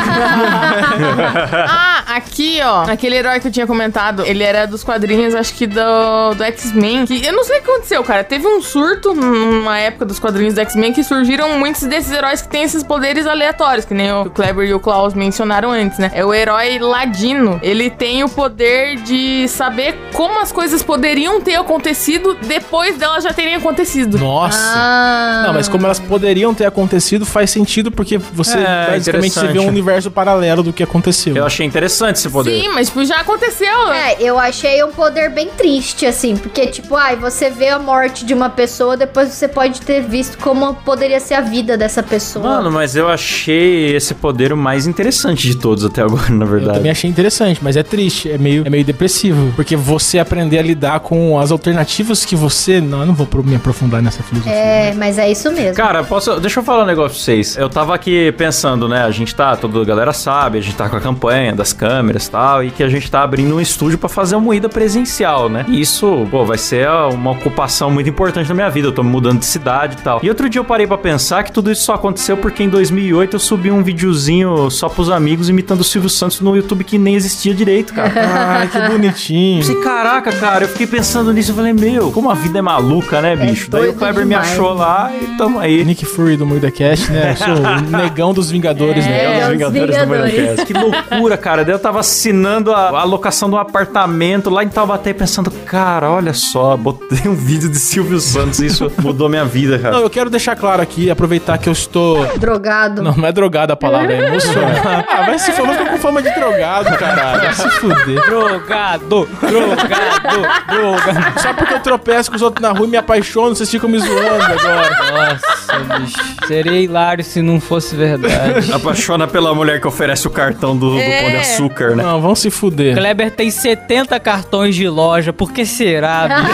[SPEAKER 3] Ah, aqui, ó. Aquele herói que eu tinha comentado, ele era dos quadrinhos, acho que do, do X-Men. que Eu não sei o que aconteceu, cara. Teve um surto numa época dos quadrinhos do X-Men que surgiram muitos desses heróis que têm esses poderes aleatórios, que nem o Kleber e o Klaus mencionaram antes, né? É o herói ladino. Ele tem o poder de saber como as coisas poderiam ter acontecido depois delas já terem acontecido.
[SPEAKER 2] Nossa.
[SPEAKER 4] Ah.
[SPEAKER 2] Não, mas como elas poderiam ter acontecido, faz sentido, porque você
[SPEAKER 1] É,
[SPEAKER 2] basicamente você vê
[SPEAKER 1] interessante.
[SPEAKER 2] um universo paralelo do que aconteceu.
[SPEAKER 1] Eu achei interessante esse poder.
[SPEAKER 3] Sim, mas tipo, já aconteceu.
[SPEAKER 4] É, eu achei um poder bem triste, assim, porque, tipo, ai, você vê a morte de uma pessoa, depois você pode ter visto como poderia ser a vida dessa pessoa.
[SPEAKER 1] Mano, mas eu achei esse poder o mais interessante de todos até agora, na
[SPEAKER 2] Eu
[SPEAKER 1] verdade.
[SPEAKER 2] também achei interessante, mas é triste, é meio, é meio depressivo. Porque você aprender a lidar com as alternativas que você. Não, eu não vou pro- me aprofundar nessa filosofia.
[SPEAKER 4] é, mas é isso mesmo.
[SPEAKER 1] Cara, posso, deixa eu falar um negócio pra vocês. Eu tava aqui pensando, né? A gente tá, toda a galera sabe, a gente tá com a campanha das câmeras e tal, e que a gente tá abrindo um estúdio pra fazer uma moída presencial, né? E isso, pô, vai ser ah, uma ocupação muito importante na minha vida. Eu tô mudando de cidade e tal. E outro dia eu parei pra pensar que tudo isso só aconteceu porque em 2008 eu subi um videozinho só pros amigos imitando o Silvio Santos no YouTube que nem existia existia direito, cara.
[SPEAKER 2] Ai, que bonitinho.
[SPEAKER 1] Pensei, caraca, cara, eu fiquei pensando nisso. Eu falei, meu, como a vida é maluca, né, bicho? Daí o
[SPEAKER 4] doido
[SPEAKER 1] Kleber
[SPEAKER 4] demais.
[SPEAKER 1] me achou lá e tamo aí.
[SPEAKER 2] Nick Fury do Moída Cast, né? Eu sou o negão dos Vingadores, né?
[SPEAKER 4] É, os Vingadores.
[SPEAKER 1] Minecraft. Que loucura, cara. Daí eu tava assinando a, a locação de um apartamento lá em Taubaté pensando, cara, olha só, botei um vídeo de Silvio Santos e isso mudou minha vida, cara.
[SPEAKER 2] Não, eu quero deixar claro aqui, aproveitar que eu estou...
[SPEAKER 4] Drogado.
[SPEAKER 2] Não, não é drogada a palavra, é emocionado. Ah, vai se for, fica com fama de drogado, caralho. Vai se fuder.
[SPEAKER 5] Drogado, drogado, drogado.
[SPEAKER 2] Só porque eu tropeço com os outros na rua e me apaixono, vocês ficam me zoando agora.
[SPEAKER 5] Nossa, bicho. Seria hilário se não fosse verdade.
[SPEAKER 1] Apaixona pela mulher que oferece o cartão do, do
[SPEAKER 3] É.
[SPEAKER 1] Pão de Açúcar, né?
[SPEAKER 2] Não, vão se fuder.
[SPEAKER 5] Kleber tem 70 cartões de loja, por que será,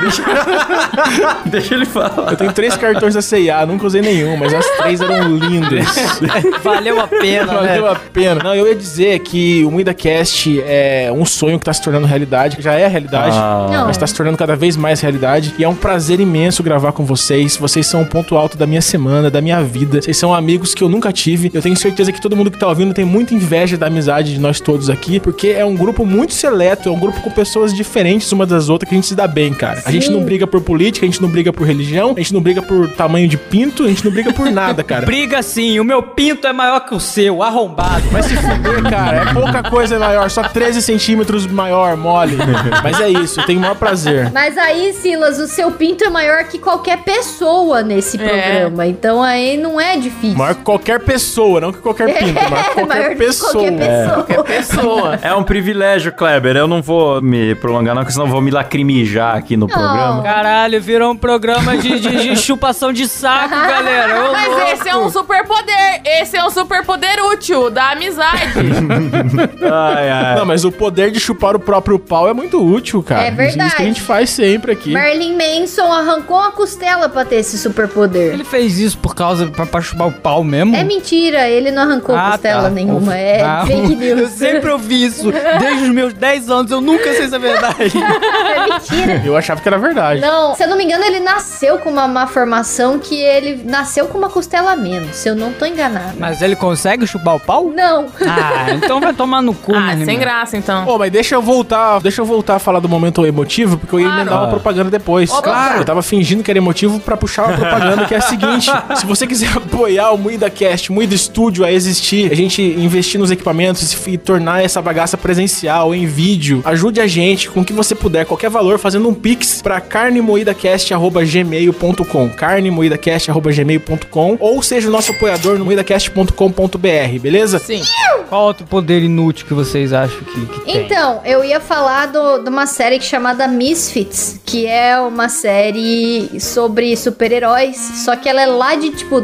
[SPEAKER 5] bicho?
[SPEAKER 1] Deixa ele falar.
[SPEAKER 2] Eu tenho três cartões da C&A, nunca usei nenhum, mas as três eram lindas.
[SPEAKER 5] Valeu a pena, né?
[SPEAKER 2] Valeu a pena. Não, eu ia dizer que o MuidaCast é um sonho que tá se tornando realidade. Já é realidade.
[SPEAKER 1] Ah.
[SPEAKER 4] Não.
[SPEAKER 2] Mas tá se tornando cada vez mais realidade. E é um prazer imenso gravar com vocês. Vocês são o ponto alto da minha semana, da minha vida. Vocês são amigos que eu nunca tive. Eu tenho certeza que todo mundo que tá ouvindo tem muita inveja da amizade de nós todos aqui. Porque é um grupo muito seleto. É um grupo com pessoas diferentes umas das outras que a gente se dá bem, cara. A gente não briga por política, a gente não briga por religião, a gente não briga por tamanho de pinto, a gente não briga por nada, cara.
[SPEAKER 5] Briga sim, o meu pinto é maior que o seu, arrombado.
[SPEAKER 2] Vai se fuder, cara. É pouca coisa maior, só 13 centímetros maior, mole. Mas é isso, eu tenho o maior prazer.
[SPEAKER 4] Mas aí, Silas, o seu pinto é maior que qualquer pessoa nesse
[SPEAKER 1] É.
[SPEAKER 4] programa. Então aí não é difícil.
[SPEAKER 2] Maior que qualquer pessoa, não que qualquer pinto, mas
[SPEAKER 4] é,
[SPEAKER 2] qualquer
[SPEAKER 4] maior
[SPEAKER 2] pessoa. É.
[SPEAKER 4] que qualquer pessoa.
[SPEAKER 3] Pessoa.
[SPEAKER 1] É um privilégio, Kleber. Eu não vou me prolongar, não, porque senão eu vou me lacrimijar aqui no programa.
[SPEAKER 5] Caralho, virou um programa de, de- de chupação de saco, galera. Ô,
[SPEAKER 3] Mas
[SPEAKER 5] louco.
[SPEAKER 3] esse é um superpoder. Esse é um superpoder útil da amizade.
[SPEAKER 1] Ai, ai.
[SPEAKER 2] Não, mas o poder de chupar o próprio pau é muito útil, cara.
[SPEAKER 4] É verdade.
[SPEAKER 2] Isso que a gente faz sempre aqui.
[SPEAKER 4] Marilyn Manson arrancou a costela pra ter esse superpoder.
[SPEAKER 5] Ele fez isso por causa pra, pra chupar o pau mesmo?
[SPEAKER 4] É mentira, ele não arrancou
[SPEAKER 5] Ah,
[SPEAKER 4] costela
[SPEAKER 5] tá.
[SPEAKER 4] nenhuma. É
[SPEAKER 5] Ah,
[SPEAKER 4] fake news.
[SPEAKER 5] Eu sempre ouvi isso. Desde os meus 10 anos, eu nunca sei se é verdade.
[SPEAKER 4] É mentira.
[SPEAKER 2] Eu achava que era verdade.
[SPEAKER 4] Não, se eu não me engano, ele nasceu com uma má formação que ele nasceu com uma costela a menos, se eu não tô enganado.
[SPEAKER 5] Mas ele consegue chupar o pau?
[SPEAKER 4] Não.
[SPEAKER 5] Ah, então vai tomar no cu,
[SPEAKER 3] ah,
[SPEAKER 5] né,
[SPEAKER 3] sem
[SPEAKER 5] meu?
[SPEAKER 3] graça, então.
[SPEAKER 2] Pô, mas deixa eu voltar, deixa eu voltar a falar do momento emotivo, porque eu ia
[SPEAKER 3] Claro.
[SPEAKER 2] emendar uma propaganda depois.
[SPEAKER 3] Opa.
[SPEAKER 2] Eu tava fingindo que era emotivo pra puxar uma propaganda que é a seguinte: se você quiser apoiar o Muida Cast, Muida Studio a existir, a gente investir nos equipamentos e tornar essa bagaça presencial em vídeo, ajude a gente com o que você puder, qualquer valor, fazendo um pix pra carnemoidacast@gmail.com, carnemoidacast@gmail.com ou seja o nosso apoiador no moidacast.com.br, beleza?
[SPEAKER 3] Sim.
[SPEAKER 5] Qual outro poder inútil que vocês acham que, que tem?
[SPEAKER 4] Então, eu ia falar do- de uma série chamada Misfits, que é uma série sobre super-heróis, só que ela é lá de tipo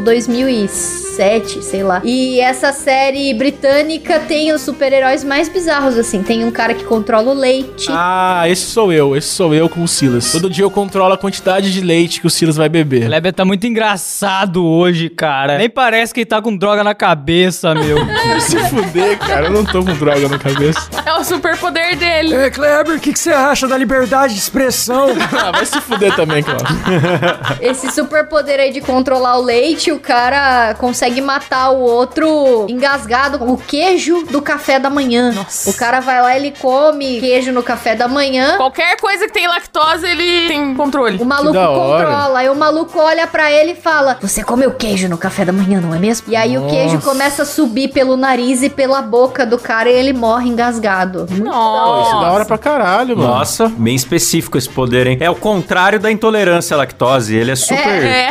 [SPEAKER 4] 2007, sei lá. E essa série britânica tem os super-heróis mais bizarros assim. Tem um cara que controla o leite.
[SPEAKER 2] Ah, esse sou eu, esse sou eu com o Silas. Todo dia eu controlo a quantidade de leite que o Silas vai
[SPEAKER 5] O
[SPEAKER 2] beber.
[SPEAKER 5] Kleber tá muito engraçado hoje, cara. Nem parece que ele tá com droga na cabeça, meu.
[SPEAKER 2] Vai se fuder, cara, eu não tô com droga na cabeça.
[SPEAKER 3] É o superpoder dele.
[SPEAKER 1] Ei, Kleber, o que, que você acha da liberdade de expressão?
[SPEAKER 2] Ah, vai se fuder também, Cláudio.
[SPEAKER 4] Esse superpoder aí de controlar o leite, o cara consegue matar o outro engasgado com o queijo do café da manhã.
[SPEAKER 3] Nossa.
[SPEAKER 4] O cara vai lá, ele come queijo no café da manhã.
[SPEAKER 3] Qualquer coisa que tem lactose, ele tem controle.
[SPEAKER 4] O maluco
[SPEAKER 2] Que da hora.
[SPEAKER 4] controla, aí o maluco olha pra ele e fala: Você comeu queijo no café da manhã, não é mesmo? E aí o queijo
[SPEAKER 2] Nossa.
[SPEAKER 4] começa a subir pelo nariz e pela boca do cara e ele morre engasgado.
[SPEAKER 2] Pô, isso é da hora
[SPEAKER 3] Nossa.
[SPEAKER 2] pra caralho, mano.
[SPEAKER 1] Nossa, bem específico esse poder, hein? É o contrário da intolerância à lactose. Ele é super.
[SPEAKER 3] É.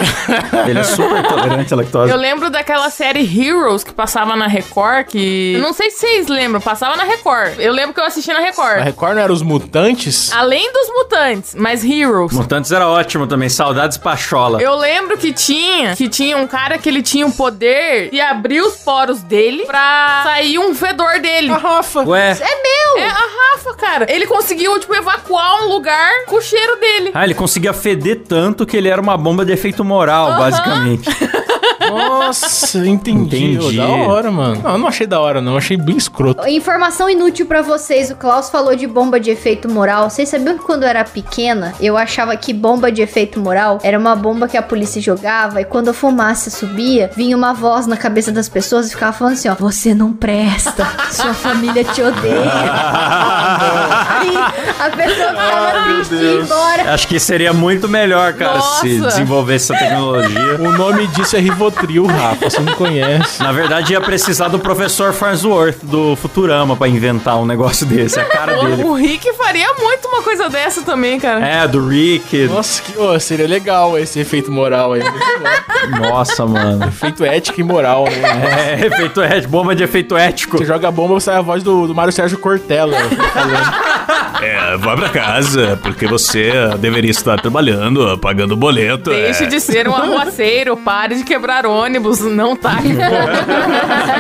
[SPEAKER 1] Ele é super tolerante à lactose.
[SPEAKER 3] Eu lembro daquela série Heroes que passava na Record, que. Não sei se vocês lembram, passava na Record. Eu lembro que eu assisti na
[SPEAKER 2] A
[SPEAKER 3] Record.
[SPEAKER 2] Record não era os mutantes?
[SPEAKER 3] Além dos mutantes, mas Heroes.
[SPEAKER 1] Mutantes era ótimo também. Saudades Pachola.
[SPEAKER 3] Eu lembro que tinha, que tinha um cara que ele tinha um poder de abrir os poros dele pra sair um fedor dele.
[SPEAKER 2] A Rafa.
[SPEAKER 1] Ué.
[SPEAKER 3] É a Rafa, cara. Ele conseguiu, tipo, evacuar um lugar com o cheiro dele.
[SPEAKER 1] Ah, ele conseguia feder tanto que ele era uma bomba de efeito moral, basicamente.
[SPEAKER 2] Nossa, eu entendi.
[SPEAKER 1] Entendi.
[SPEAKER 2] Da hora, mano. Não, eu não achei da hora, não. Eu achei bem escroto.
[SPEAKER 4] Informação inútil pra vocês, o Klaus falou de bomba de efeito moral. Vocês sabiam que quando eu era pequena, eu achava que bomba de efeito moral era uma bomba que a polícia jogava e quando a fumaça subia, vinha uma voz na cabeça das pessoas e ficava falando assim, ó, você não presta, sua família te odeia. Aí a pessoa ficava triste e ia embora.
[SPEAKER 1] Acho que seria muito melhor, cara, se
[SPEAKER 3] Nossa.
[SPEAKER 1] desenvolvesse essa tecnologia.
[SPEAKER 2] O nome disso é Rivotril, Rafa. Você não conhece.
[SPEAKER 1] Na verdade, ia precisar do professor Farnsworth do Futurama pra inventar um negócio desse. A cara dele.
[SPEAKER 3] O, o Rick faria muito uma coisa dessa também, cara.
[SPEAKER 1] É, do Rick.
[SPEAKER 2] Nossa, que, ô, seria legal esse efeito moral aí. Muito bom.
[SPEAKER 1] Nossa, mano.
[SPEAKER 2] Efeito ético e moral, né?
[SPEAKER 1] É, efeito ético, bomba de efeito ético.
[SPEAKER 2] Você joga a bomba, sai a voz do, do Mário Sérgio Cortella. tá
[SPEAKER 6] É, vá pra casa, porque você deveria estar trabalhando, pagando boleto.
[SPEAKER 3] Deixe
[SPEAKER 6] é.
[SPEAKER 3] de ser um arruaceiro, pare de quebrar ônibus, não tá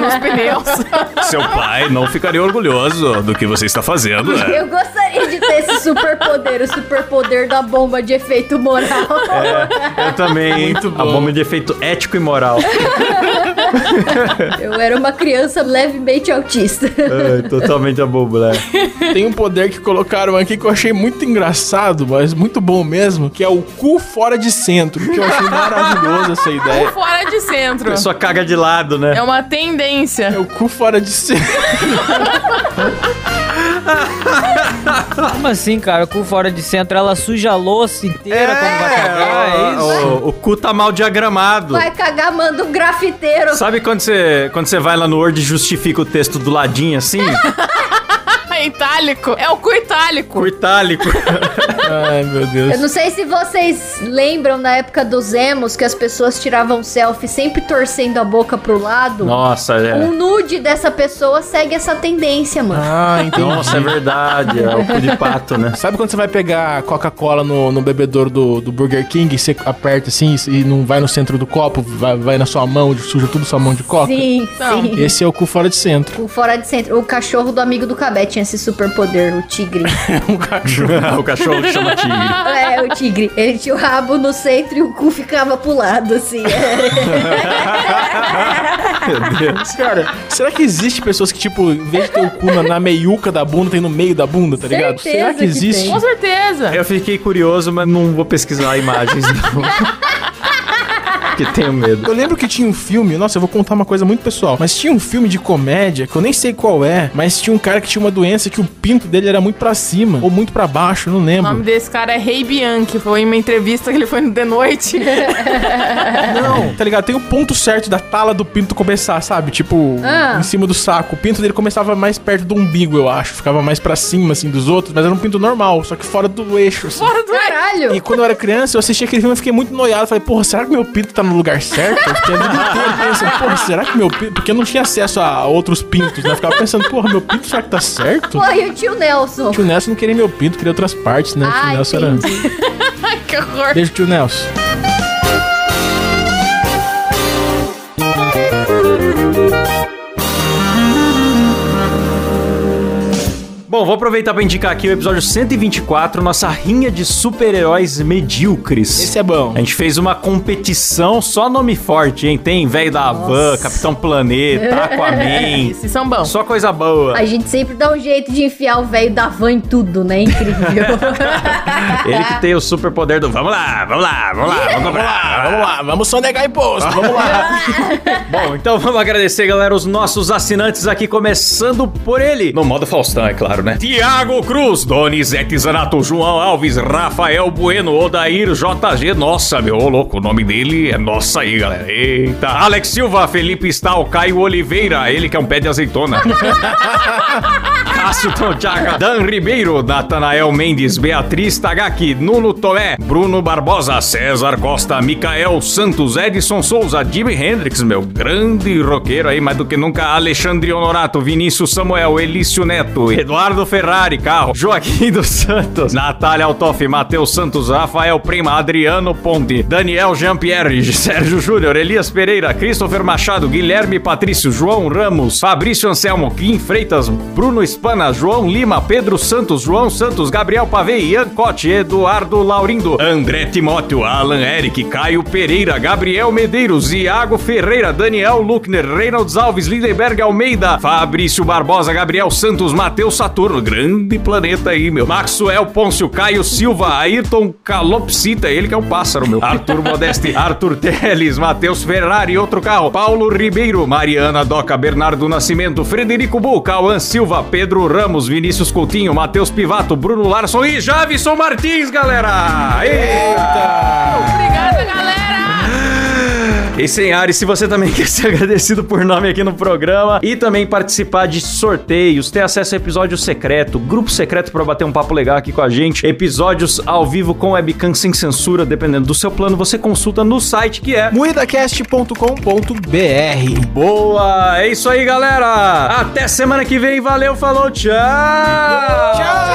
[SPEAKER 3] nos pneus.
[SPEAKER 6] Seu pai não ficaria orgulhoso do que você está fazendo. é.
[SPEAKER 4] Eu gostaria de ter esse superpoder, o superpoder da bomba de efeito moral.
[SPEAKER 1] Eu também. hein?
[SPEAKER 2] Muito bom.
[SPEAKER 1] A bomba de efeito ético e moral.
[SPEAKER 4] Eu era uma criança levemente autista.
[SPEAKER 1] Ai, totalmente a bobo, né?
[SPEAKER 2] Tem um poder que colocaram aqui que eu achei muito engraçado, mas muito bom mesmo, que é o cu fora de centro, que eu achei maravilhoso essa ideia.
[SPEAKER 3] Fora de
[SPEAKER 1] A
[SPEAKER 3] centro.
[SPEAKER 1] pessoa caga de lado, né?
[SPEAKER 3] É
[SPEAKER 5] um
[SPEAKER 3] uma
[SPEAKER 2] É
[SPEAKER 3] tendência.
[SPEAKER 2] o cu fora de centro.
[SPEAKER 5] Como assim, cara? Com fora de centro, ela suja a louça inteira quando vai cagar, é isso?
[SPEAKER 1] o, o cu tá mal diagramado.
[SPEAKER 4] Vai cagar, manda um grafiteiro.
[SPEAKER 1] Sabe quando você, quando você vai lá no Word e justifica o texto do ladinho assim?
[SPEAKER 3] É itálico. É o cu itálico.
[SPEAKER 1] Com itálico.
[SPEAKER 2] Ai, meu
[SPEAKER 4] Eu
[SPEAKER 2] Deus.
[SPEAKER 4] não sei se vocês lembram na época dos emos que as pessoas tiravam selfie sempre torcendo a boca pro lado.
[SPEAKER 1] Nossa,
[SPEAKER 4] Um
[SPEAKER 1] é.
[SPEAKER 4] nude dessa pessoa segue essa tendência, mano.
[SPEAKER 2] Ah, então.
[SPEAKER 1] Nossa, é verdade. É o cu de pato, né?
[SPEAKER 2] Sabe quando você vai pegar Coca-Cola no, no bebedouro do, do Burger King e você aperta assim e não vai no centro do copo, vai, vai na sua mão, suja tudo sua mão de coca?
[SPEAKER 4] Sim,
[SPEAKER 3] Não.
[SPEAKER 4] sim.
[SPEAKER 2] Esse é o cu fora de centro.
[SPEAKER 4] O fora de centro, o cachorro do amigo do Cabé tinha esse superpoder, o tigre.
[SPEAKER 2] Um cachorro.
[SPEAKER 1] o cachorro que chama tigre.
[SPEAKER 4] é, o tigre. Ele tinha o rabo no centro e o cu ficava pro lado, assim.
[SPEAKER 1] Meu Deus.
[SPEAKER 2] Cara, será que existe pessoas que, tipo, em vez de ter o cu na, na meiuca da bunda, tem no meio da bunda, tá ligado?
[SPEAKER 4] Certeza
[SPEAKER 2] Será que
[SPEAKER 4] que
[SPEAKER 2] existe?
[SPEAKER 3] Com certeza.
[SPEAKER 1] Eu fiquei curioso, mas não vou pesquisar imagens, não. Porque tenho medo.
[SPEAKER 2] Eu lembro que tinha um filme, nossa, eu vou contar uma coisa muito pessoal, mas tinha um filme de comédia que eu nem sei qual é, mas tinha um cara que tinha uma doença que o pinto dele era muito pra cima ou muito pra baixo, não
[SPEAKER 3] O
[SPEAKER 2] lembro.
[SPEAKER 3] nome desse cara é Rei Bianchi. Foi em uma entrevista que ele foi no The Noite.
[SPEAKER 2] Não, tá ligado? Tem o ponto certo da tala do pinto começar, sabe? Tipo,
[SPEAKER 4] Ah.
[SPEAKER 2] em cima do saco. O pinto dele começava mais perto do umbigo, eu acho. Ficava mais pra cima, assim, dos outros, mas era um pinto normal, só que fora do eixo, assim.
[SPEAKER 3] Fora do ar.
[SPEAKER 4] Caralho!
[SPEAKER 2] E quando eu era criança, eu assisti aquele filme e fiquei muito noiado. Falei, porra, será que meu pinto tá no lugar certo? Eu fiquei a vida inteira pensando, porra, será que meu pinto. Porque eu não tinha acesso a outros pintos, né? Eu ficava pensando, porra, meu pinto será que tá certo?
[SPEAKER 4] Pô, e o tio Nelson?
[SPEAKER 2] O tio Nelson não queria meu pinto, queria outras partes, né? O tio
[SPEAKER 4] Ah,
[SPEAKER 2] Nelson era.
[SPEAKER 4] entendi.
[SPEAKER 3] Que horror.
[SPEAKER 2] Beijo, tio Nelson.
[SPEAKER 1] Bom, vou aproveitar pra indicar aqui o episódio 124, nossa rinha de super-heróis medíocres.
[SPEAKER 2] Esse é bom.
[SPEAKER 1] A gente fez uma competição só nome forte, hein? Tem Velho da Havan, Capitão Planeta, Aquaman.
[SPEAKER 3] Esses são bons.
[SPEAKER 1] só coisa boa.
[SPEAKER 4] A gente sempre dá um jeito de enfiar o velho da van em tudo, né? Incrível.
[SPEAKER 1] Ele que tem o superpoder do. Vamos lá, vamos lá, vamos lá, vamos
[SPEAKER 2] Vamos
[SPEAKER 1] lá.
[SPEAKER 2] lá, vamos lá, vamos só negar imposto, vamos lá.
[SPEAKER 1] Bom, então vamos agradecer, galera, os nossos assinantes aqui, começando por ele. No modo Faustão, é claro, né?
[SPEAKER 6] Tiago Cruz, Donizete Zanato, João Alves, Rafael Bueno, Odair JG. Nossa, meu, ô louco, o nome dele é nossa aí, galera. Eita. Alex Silva, Felipe Stal, Caio Oliveira, ele que é um pé de azeitona. Cássio Tonchaga, Dan Ribeiro, Natanael Mendes, Beatriz Tagaki, Nuno Tomé, Bruno Barbosa, César Costa, Micael Santos, Edson Souza, Jimi Hendrix, meu grande roqueiro aí, mais do que nunca, Alexandre Honorato, Vinícius Samuel, Elício Neto, Eduardo Ferrari, Carro, Joaquim dos Santos, Natália Altoff, Matheus Santos, Rafael Prima, Adriano Ponte, Daniel Jean-Pierre, Sérgio Júnior, Elias Pereira, Christopher Machado, Guilherme Patrício, João Ramos, Fabrício Anselmo, Kim Freitas, Bruno Espana,
[SPEAKER 1] Santana, João Lima, Pedro Santos, João Santos, Gabriel Pavei, Ian Cote, Eduardo Laurindo, André Timóteo, Alan Eric, Caio Pereira, Gabriel Medeiros, Iago Ferreira, Daniel Luckner, Reynolds Alves, Lindenberg Almeida, Fabrício Barbosa, Gabriel Santos, Matheus Saturno, grande planeta aí, meu. Maxwell Pôncio, Caio Silva, Ayrton Calopsita, ele que é um pássaro, meu. Arthur Modeste, Arthur Teles, Matheus Ferrari, outro carro, Paulo Ribeiro, Mariana Doca, Bernardo Nascimento, Frederico Bu, Cauã Silva, Pedro Ramos, Vinícius Coutinho, Matheus Pivato, Bruno Larson e Javison Martins, galera! Eita!
[SPEAKER 3] Obrigada, galera!
[SPEAKER 7] E Senhores, se você também quer ser agradecido por nome aqui no programa e também participar de sorteios, ter acesso a episódio secreto, grupo secreto para bater um papo legal aqui com a gente, episódios ao vivo com webcam sem censura, dependendo do seu plano, você consulta no site que é
[SPEAKER 2] Moedacast.com.br.
[SPEAKER 7] Boa! É isso aí, galera! Até semana que vem, valeu, falou, tchau! Tchau!